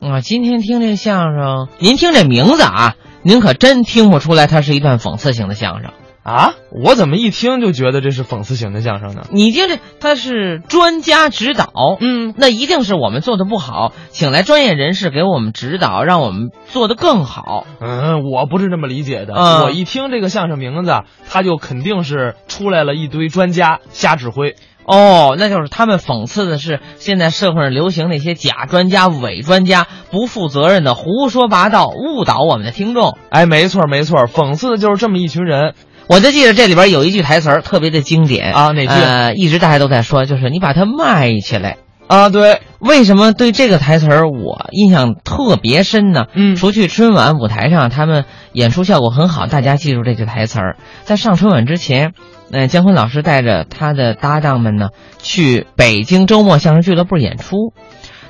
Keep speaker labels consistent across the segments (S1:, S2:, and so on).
S1: 啊，今天听这相声，您听这名字啊，您可真听不出来它是一段讽刺型的相声。
S2: 啊，我怎么一听就觉得这是讽刺型的相声呢？
S1: 你听这，它是专家指导，
S2: 嗯，
S1: 那一定是我们做的不好，请来专业人士给我们指导，让我们做得更好。
S2: 嗯，我不是这么理解的。
S1: 嗯
S2: 我一听这个相声名字，他就肯定是出来了一堆专家瞎指挥。
S1: 哦，那就是他们讽刺的是现在社会上流行那些假专家、伪专家，不负责任的胡说八道，误导我们的听众。
S2: 哎，没错没错，讽刺的就是这么一群人。
S1: 我就记得这里边有一句台词儿特别的经典
S2: 啊哪句
S1: 呃，一直大家都在说，就是你把它卖起来。
S2: 啊，对，
S1: 为什么对这个台词儿我印象特别深呢？
S2: 嗯
S1: 除去春晚舞台上他们演出效果很好，大家记住这句台词儿。在上春晚之前，呃，姜昆老师带着他的搭档们呢，去北京周末相声俱乐部演出，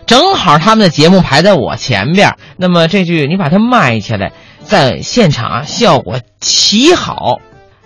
S1: 正好他们的节目排在我前边儿。那么这句你把它卖起来，在现场啊效果奇好。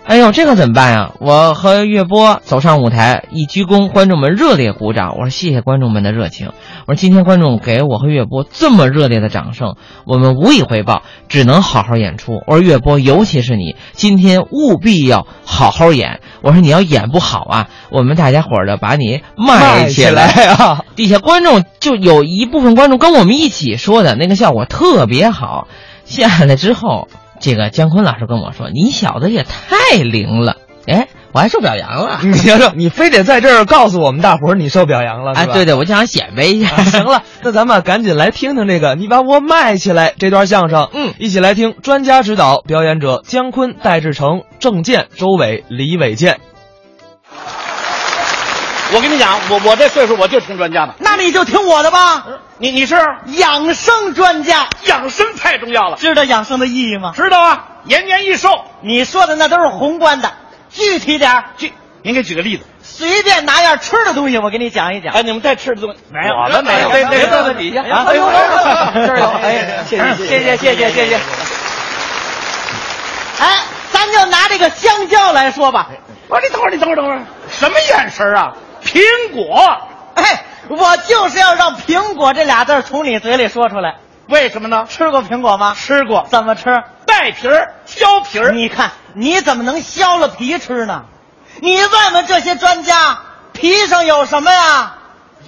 S1: 哎呦，这可怎么办呀？我和岳波走上舞台，一鞠躬，观众们热烈鼓掌。我说谢谢观众们的热情。我说今天观众给我和岳波这么热烈的掌声，我们无以回报，只能好好演出。我说岳波，尤其是你，今天务必要好好演。我说你要演不好啊，我们大家伙儿的把你卖
S2: 起
S1: 起来。
S2: 啊！
S1: 底下观众就有一部分观众跟我们一起说的那个效果特别好。下来之后，这个姜昆老师跟我说：“你小子也太灵了！”哎，我还受表扬了。
S2: 你瞧瞧，啊 你非得在这儿告诉我们大伙儿你受表扬了，
S1: 哎，
S2: 是吧？
S1: 对对，我就想显摆一下。
S2: 啊行 了，那咱们赶紧来听听这个“你把我卖起来”这段相声。
S1: 嗯，
S2: 一起来听专家指导，表演者姜昆、戴志诚、郑健、周伟、李伟健。
S3: 我跟你讲，我我这岁数我就听专家的，
S4: 那你就听我的吧，
S3: 嗯你你是
S4: 养生专家，
S3: 养生太重要了，
S4: 知道养生的意义吗？
S3: 知道啊？延年益寿，
S4: 你说的那都是宏观的，具体点儿
S3: 这您给举个例子。
S4: 随便拿样吃的东西，我给你讲一讲。哎
S3: 哎，你们再吃的东西没
S4: 有
S3: 我们没有，
S4: 没有
S3: 没有
S4: 没有
S3: 没有
S4: 底下
S3: 啊
S4: 哎呦
S3: 这儿有，哎，
S4: 哎
S3: 谢
S4: 哎
S3: 谢
S4: 谢谢谢谢谢谢。哎，咱就拿这个香蕉来说吧。
S3: 我说你等会儿，你等会儿，等会儿，什么眼神啊？苹果，
S4: 哎，我就是要让“苹果”这俩字儿从你嘴里说出来。
S3: 为什么呢？
S4: 吃过苹果吗？
S3: 吃过，
S4: 怎么吃？
S3: 带皮儿，削皮儿，
S4: 你看，你怎么能削了皮吃呢？你问问这些专家，皮上有什么呀？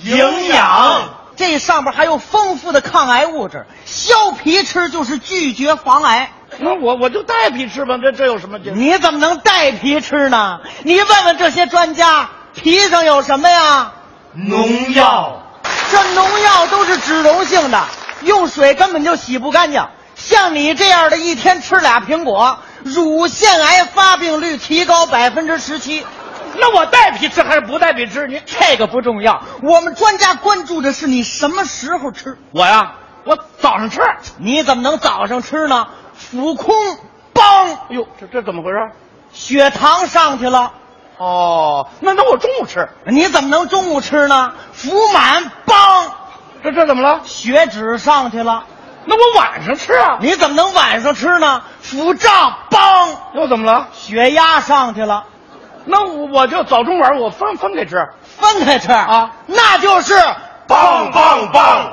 S3: 营养。
S4: 这上边还有丰富的抗癌物质，削皮吃就是拒绝防癌。
S3: 那我我就带皮吃吧，这这有什么？这
S4: 你怎么能带皮吃呢？你问问这些专家，皮上有什么呀？
S3: 农药。
S4: 这农药都是脂溶性的，用水根本就洗不干净。像你这样的一天吃俩苹果，乳腺癌发病率提高百分之十七。
S3: 那我带皮吃还是不带皮吃？你
S4: 这个不重要，我们专家关注的是你什么时候吃。
S3: 我呀，我早上吃。哎
S4: 你怎么能早上吃呢？腹空，梆，
S3: 哎呦，这这怎么回事？
S4: 血糖上去了。
S3: 哦，那那我中午吃，
S4: 你怎么能中午吃呢？腹满，梆，
S3: 这这怎么了？
S4: 血脂上去了。
S3: 那我晚上吃啊，
S4: 你怎么能晚上吃呢？腹胀，梆，
S3: 又怎么了？
S4: 血压上去了。
S3: 那我我就早中晚我分分开吃，
S4: 分开吃
S3: 啊，
S4: 那就是
S3: 棒棒棒！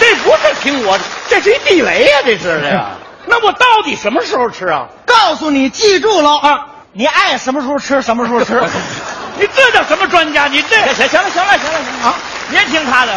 S3: 这不是苹果，这是一地雷呀、这是这 个。那我到底什么时候吃啊？
S4: 告诉你，记住喽啊！你爱什么时候吃什么时候吃。
S3: 你这叫什么专家？你这行行了行了行了行了啊！别听他的，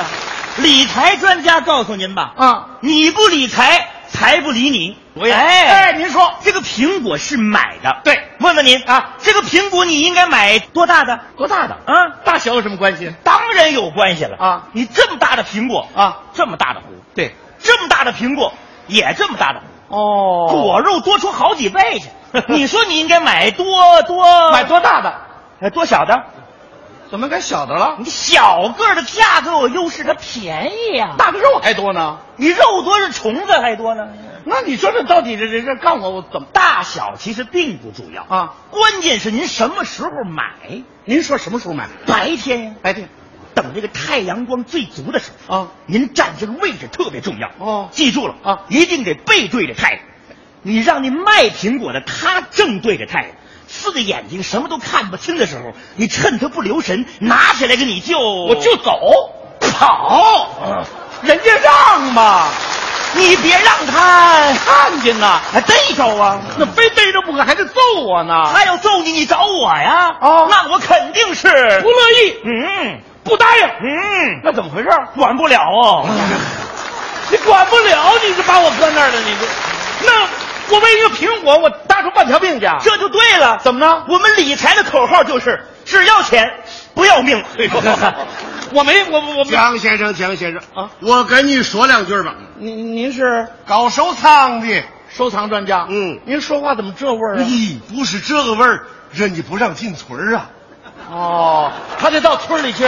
S5: 理财专家告诉您吧，
S4: 啊，
S5: 你不理财，财不理你。
S3: 哎，
S5: 哎，
S3: 您说
S5: 这个苹果是买的，
S3: 对，
S5: 问问您啊，这个苹果你应该买多大的？
S3: 多大的
S5: 啊？
S3: 大小有什么关系？
S5: 当然有关系了
S3: 啊！
S5: 你这么大的苹果
S3: 啊，
S5: 这么大的核，
S3: 对，
S5: 这么大的苹果也这么大的核，
S3: 哦
S5: 果肉多出好几倍 去。你说你应该买多多
S3: 买多大的？
S5: 呃多小的？
S3: 怎么该小的了
S5: 你？小个儿的价格有优势，它便宜哎呀、
S3: 大的肉还多呢。
S5: 你肉多是虫子还多呢。
S3: 那你说这到底这这这告诉我我怎么？
S5: 大小其实并不重要
S3: 啊，
S5: 关键是您什么时候买。
S3: 您说什么时候买？
S5: 白天呀、
S3: 白天。
S5: 等这个太阳光最足的时候
S3: 啊，
S5: 您站这个位置特别重要
S3: 哦
S5: 记住了
S3: 啊
S5: 一定得背对着太阳。你让你卖苹果的他正对着太阳，刺的眼睛什么都看不清的时候，你趁他不留神拿起来给你就
S3: 我就走，跑，人家让嘛，
S5: 你别让他
S3: 看见呐，
S5: 还逮着啊！
S3: 那非逮着不可，还得揍我呢。
S5: 他要揍你，你找我呀？
S3: 哦
S5: 那我肯定是
S3: 不乐意，
S5: 嗯
S3: 不答应，
S5: 嗯，
S3: 那怎么回事？
S5: 管不了哦。
S3: 你管不了，你就把我搁那儿了，你这，那我为一个苹果，我搭出半条命去啊，
S5: 这就对了。
S3: 怎么呢
S5: 我们理财的口号就是只要钱不要命。
S3: 哎我没，我我我没
S6: 蒋先生，蒋先生啊，我跟你说两句吧。
S3: 您您是
S6: 搞收藏的，
S3: 收藏专家，
S6: 嗯
S3: 您说话怎么这味儿啊？
S6: 咦，不是这个味儿，人家不让进村儿啊。
S3: 哦，他得到村里去。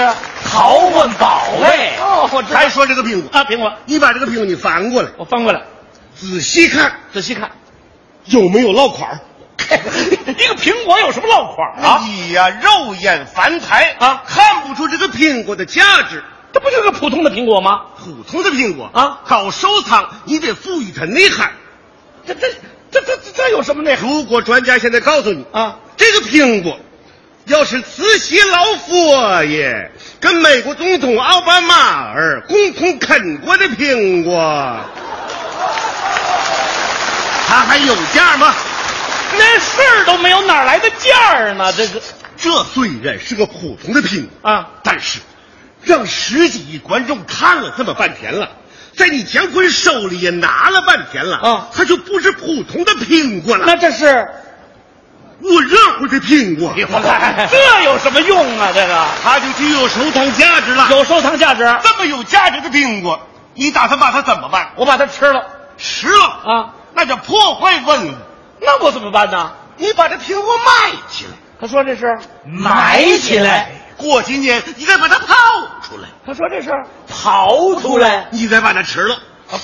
S5: 淘换宝嘞，
S3: 哦，我知道
S6: 还说这个苹果，
S3: 啊，苹果，
S6: 你把这个苹果你翻过来，
S3: 我翻过来，
S6: 仔细看
S3: 仔细看，
S6: 有没有落款儿。
S3: 一个苹果有什么落款儿啊？
S6: 你哎呀、肉眼凡胎
S3: 啊
S6: 看不出这个苹果的价值。
S3: 这不就是个普通的苹果吗？
S6: 普通的苹果
S3: 啊
S6: 搞收藏你得赋予它内涵。
S3: 这这这这这这有什么内涵
S6: 如果专家现在告诉你
S3: 啊？
S6: 这个苹果要是慈禧老佛爷跟美国总统奥巴马尔共同啃过的苹果，它还有价吗？
S3: 连事儿都没有，哪来的价儿呢？这个
S6: 这虽然是个普通的苹果
S3: 啊，
S6: 但是让十几亿观众看了这么半天了。在你姜昆手里也拿了半天了
S3: 啊
S6: 它就不是普通的苹果
S3: 那
S6: 了，
S3: 这是
S6: 我热乎的苹 果，
S3: 这有什么用啊？这个
S6: 它就具有收藏价值了。
S3: 有收藏价值，
S6: 这么有价值的苹果，你打算把它怎么办？
S3: 我把它吃了
S6: 吃了
S3: 啊，
S6: 那叫破坏文物。
S3: 那我怎么办呢？
S6: 你把这苹果卖起来，
S3: 他说这是，
S5: 埋起来，
S6: 过几年你再把它刨出来，
S3: 他说这啊是，
S5: 刨出来，
S6: 你再把它吃了。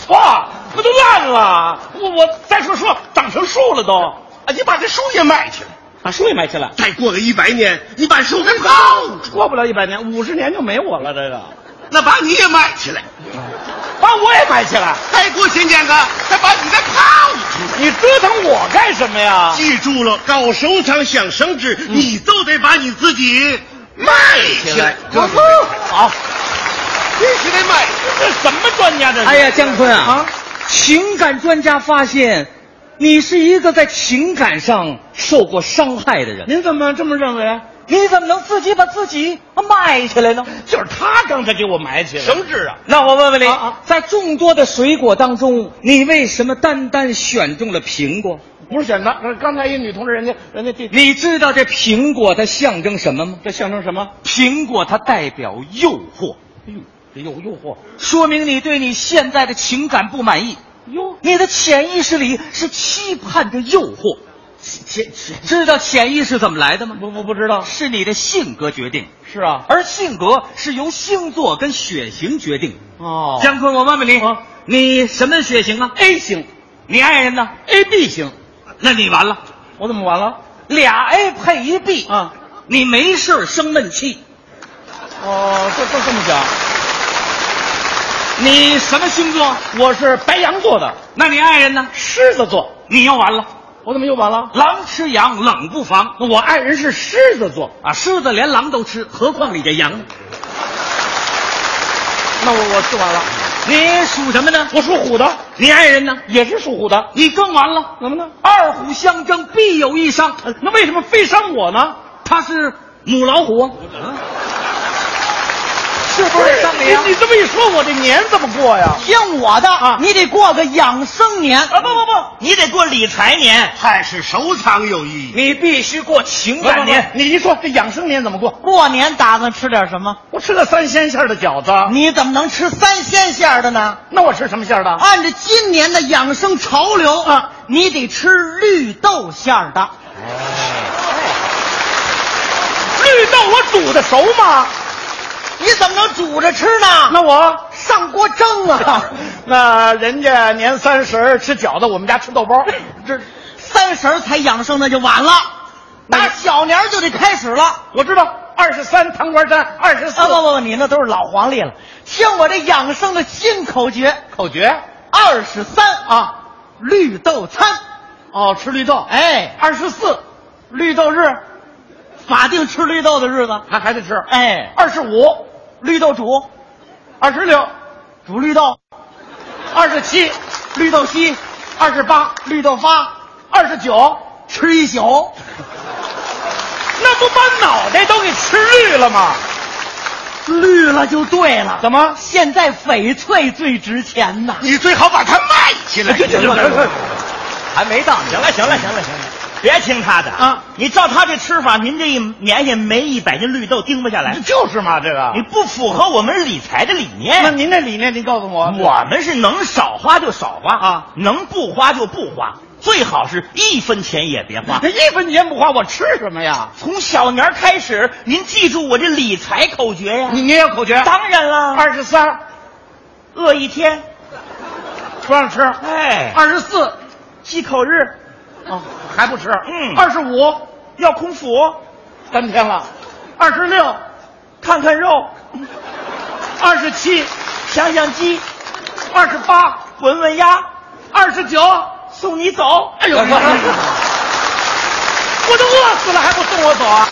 S3: 哇，那都烂了。我我再说说，长成树了都，
S6: 啊，你把这树也卖起来，
S3: 把树也埋起来。
S6: 再过个一百年，你把树给刨出来，
S3: 过不了一百年，五十年就没我了。这个，
S6: 那把你也卖起来，
S3: 把我也埋起来。
S6: 再过些年啊，再把你再刨出来。
S3: 你折腾我干什么呀？
S6: 记住了，搞收藏想升值，你就得把你自己卖嗯起来。
S3: 我啊
S6: 必
S3: 好，
S6: 须得卖。
S3: 这什么专家这是？
S4: 哎呀，姜昆啊，情感专家发现，你是一个在情感上受过伤害的人。
S3: 您怎么这么认为？
S4: 你怎么能自己把自己卖起来呢？
S3: 就是他刚才给我埋起来。
S6: 升值啊，
S4: 那我问问你，
S3: 啊啊
S4: 在众多的水果当中，你为什么单单选中了苹果？
S3: 不是选择，那刚才一女同志，人家人家这
S4: 你知道这苹果它象征什么吗？
S3: 这象征什么？
S4: 苹果它代表诱惑，
S3: 哎呦，这有诱惑
S4: 说明你对你现在的情感不满意，
S3: 哟！
S4: 你的潜意识里是期盼着诱惑。
S3: 这这
S4: 知道潜意识怎么来的吗？
S3: 不不不知道
S4: 是你的性格决定，
S3: 是啊
S4: 而性格是由星座跟血型决定。
S3: 哦
S4: 姜昆，我问问你
S3: 啊，
S4: 你什么血型啊？
S3: A 型
S4: 你爱人呢？
S3: A B 型，
S4: 那你完了，
S3: 我怎么完了？
S4: 俩 A 配一 B
S3: 啊，
S4: 你没事儿生闷气。
S3: 哦，这都这么讲，
S4: 你什么星座？
S3: 我是白羊座的，
S4: 那你爱人呢？
S3: 狮子座，
S4: 你又完了，
S3: 我怎么又完了？
S4: 狼吃羊冷不防
S3: 我爱人是狮子座，
S4: 啊，狮子连狼都吃，何况你这羊？
S3: 那我我是完了。
S4: 你属什么呢？
S3: 我属虎的，
S4: 你爱人呢？
S3: 也是属虎的，
S4: 你更完了，
S3: 怎么呢？
S4: 二虎相争必有一伤，
S3: 呃那为什么非伤我呢？
S4: 他是母老虎啊，是不是伤你啊？
S3: 你这么一说，我这年怎么过呀？
S4: 听我的啊，你得过个养生年啊！不不不，
S5: 你得过理财年，
S6: 还是收藏有意义。
S4: 你必须过情
S3: 不不
S4: 感
S3: 不
S4: 年。
S3: 你一说这养生年怎么过？
S4: 过年打算吃点什么？
S3: 我吃了三鲜馅儿的饺子，
S4: 你怎么能吃三鲜馅儿的呢？
S3: 那我吃什么馅儿的？
S4: 按照今年的养生潮流
S3: 啊，
S4: 你得吃绿豆馅儿的。
S3: 绿豆我煮的熟吗？
S4: 你怎么能煮着吃呢？
S3: 那我
S4: 上锅蒸 啊！
S3: 那人家年三十儿吃饺子，我们家吃豆包，这
S4: 三十儿才养生那就晚了，
S3: 那
S4: 打
S3: 就
S4: 小年儿就得开始了。
S3: 我知道。二十三糖瓜粘，二十四
S4: 啊啊不不不，你那都是老黄历了。听我这养生的新口诀，
S3: 口诀。
S4: 二十三啊，绿豆餐。
S3: 哦，吃绿豆。
S4: 哎，
S3: 二十四，
S4: 绿豆日，法定吃绿豆的日子。
S3: 还还得吃。
S4: 哎，
S3: 二十五，
S4: 绿豆煮，
S3: 二十六，
S4: 煮绿豆，
S3: 二十七，
S4: 绿豆稀，
S3: 二十八，
S4: 绿豆发，
S3: 二十九，
S4: 吃一宿。
S3: 那不把脑袋都给吃绿了吗？
S4: 绿了就对了。
S3: 怎么
S4: 现在翡翠最值钱呐！
S6: 你最好把它卖起来。
S3: 这这这这
S5: 还没到呢。行了，行了，行了，行了，别听他的
S4: 啊！
S5: 你照他这吃法，您这一年也没一百斤绿豆盯不下来，
S3: 就是嘛，这个
S5: 你不符合我们理财的理
S3: 那
S5: 念。
S3: 您这理念，您告诉我，
S5: 我们是能少花就少花
S3: 啊，
S5: 能不花就不花，最好是一分钱也别花
S3: 这。一分钱不花，我吃什么呀？
S5: 从小年儿开始，您记住我这理财口诀呀。
S3: 你你有口诀？
S5: 当然了，
S3: 二十三，
S5: 饿一天，
S3: 桌上吃；
S5: 哎，
S3: 二十四，
S5: 忌口日，
S3: 啊，还不吃。
S5: 嗯
S3: 二十五，
S5: 要空腹，
S3: 三天了；二十六，
S5: 看看肉，
S3: 二十七，
S5: 想想鸡，
S3: 二十八，
S5: 闻闻鸭，
S3: 二十九。
S5: 送你走。
S3: 哎 呦，我我都饿死了，还不送我走啊？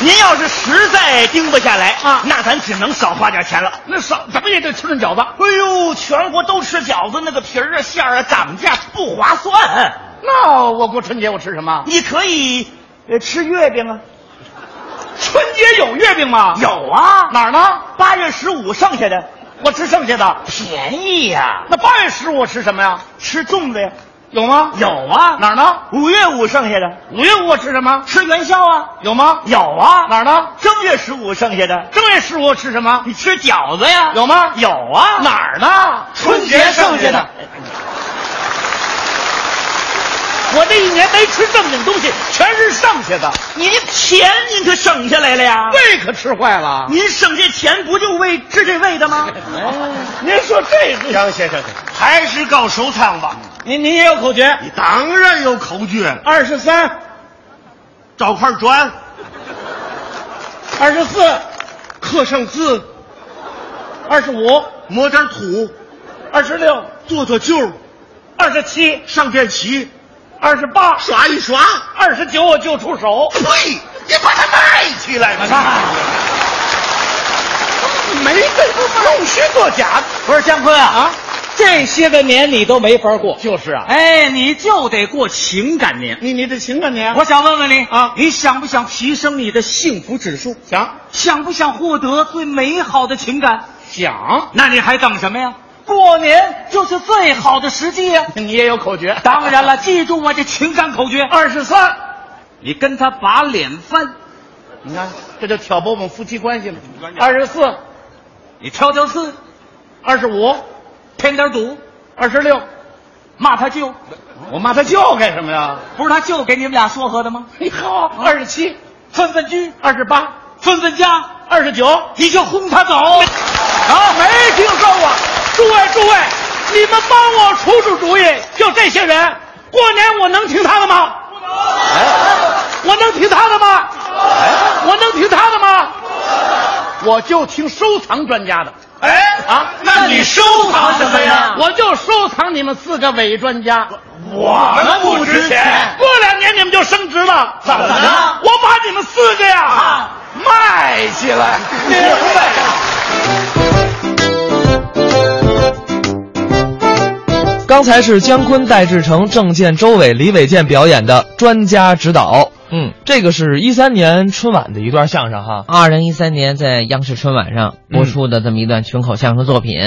S5: 您要是实在盯不下来
S3: 啊
S5: 那咱只能少花点钱了。
S3: 那少怎么也得吃顿饺子。
S5: 哎呦，全国都吃饺子，那个皮儿啊、馅儿啊涨价，不划算。
S3: 那我过春节我吃什么？
S5: 你可以呃吃月饼啊，
S3: 春节有月饼吗？
S5: 有啊，
S3: 哪儿呢？
S5: 八月十五剩下的
S3: 我吃剩下的。
S5: 便宜呀、
S3: 那八月十五我吃什么呀？
S5: 吃粽子呀，
S3: 有吗？
S5: 有啊，
S3: 哪儿呢？
S5: 五月五剩下的
S3: 五月五我吃什么？
S5: 吃元宵啊，
S3: 有吗？
S5: 有啊，
S3: 哪儿呢？
S5: 正月十五剩下的
S3: 正月十五我吃什么？
S5: 你吃饺子呀，
S3: 有吗？
S5: 有啊，
S3: 哪儿呢？
S5: 春节剩下的。
S3: 我这一年没吃正经东西，全是剩下的，
S5: 您钱您可省下来了呀？
S3: 胃可吃坏了。
S5: 您省这钱不就为治这胃的吗？
S3: 您说这个，
S6: 张先生，还是搞收藏吧。
S3: 您您也有口诀？
S6: 嗯你当然有口诀，
S3: 二十三、
S6: 找块砖
S3: 二十四、
S6: 刻上字，
S3: 二十五、
S6: 抹点土，
S3: 二十六、
S6: 做做旧，
S3: 二十七、
S6: 上点漆，
S3: 二十八、
S6: 刷一刷。
S3: 二十九，我就出手。
S6: 呸！你把它卖起来吧。
S3: 没这弄虚作假。
S5: 不是姜昆啊啊，
S3: 这些个年你都没法过。就是啊，
S5: 哎，你就得过情感年。
S3: 你你这情感年，
S5: 我想问问你
S3: 啊
S5: 你想不想提升你的幸福指数？
S3: 想
S5: 想不想获得最美好的情感？
S3: 想，
S5: 那你还等什么呀？过年就是最好的时机呀、
S3: 你也有口诀？
S5: 当然了，记住我这情感口诀：
S3: 二十三，
S5: 你跟他把脸翻，
S3: 你看这就挑拨我们夫妻关系了。二十四、
S5: 你挑挑刺，
S3: 二十五、
S5: 添点堵，
S3: 二十六，
S5: 骂他舅，
S3: 我骂他舅干什么呀？
S5: 不是他舅给你们俩说和的吗？啊
S3: 你好，哎二十七、
S5: 分分居，
S3: 二十八、
S5: 分分家，
S3: 二十九，
S5: 你就轰他走。
S3: 啊，没听说过。诸位诸位，你们帮我出出主意，就这些人，过年我能听他的吗？
S5: 哎
S3: 我能听他的吗？我能听他的吗？我就听收藏专家的。
S6: 哎
S3: 啊
S6: 那你收藏什么呀？
S3: 我就收藏你们四个伪专家。
S6: 我们不值钱。
S3: 过两年你们就升职了，啊怎么
S5: 了？
S3: 我把你们四个呀、卖起来，明白？
S2: 刚才是姜昆、戴志诚、郑健、周伟、李伟健表演的《专家指导》。
S1: 嗯，
S2: 这个是一三年春晚的一段相声哈。
S1: 二零一三年在央视春晚上播出的这么一段群口相声作品。